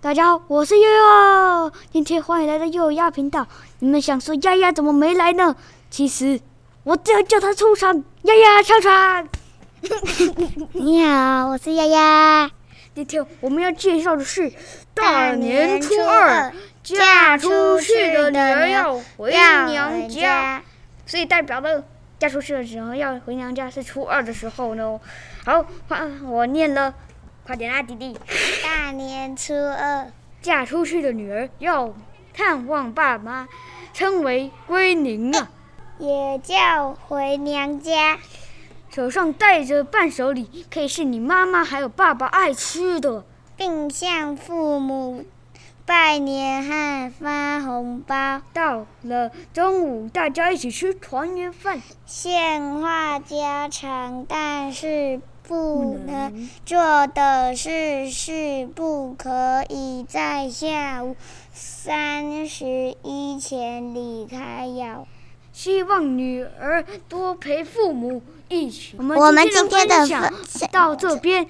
大家好，我是悠悠，今天欢迎来到悠悠鸭频道。你们想说丫丫怎么没来呢？其实我只要叫她出场，丫丫上场。你好，我是丫丫。今天我们要介绍的是大年初二嫁出去的人要回娘家，所以代表的嫁出去的时候要回娘家是初二的时候呢。好，换我念了，快点啊，弟弟。大年初二嫁出去的女儿要探望爸妈，称为归宁啊。也叫回娘家，手上带着伴手礼，可以是你妈妈还有爸爸爱吃的。并向父母拜年和发红包，到了中午，大家一起吃团圆饭。献话家常，但是不能做的事是不可以在下午三十一前离开哟。希望女儿多陪父母一起。我们今今天的分享分到这边，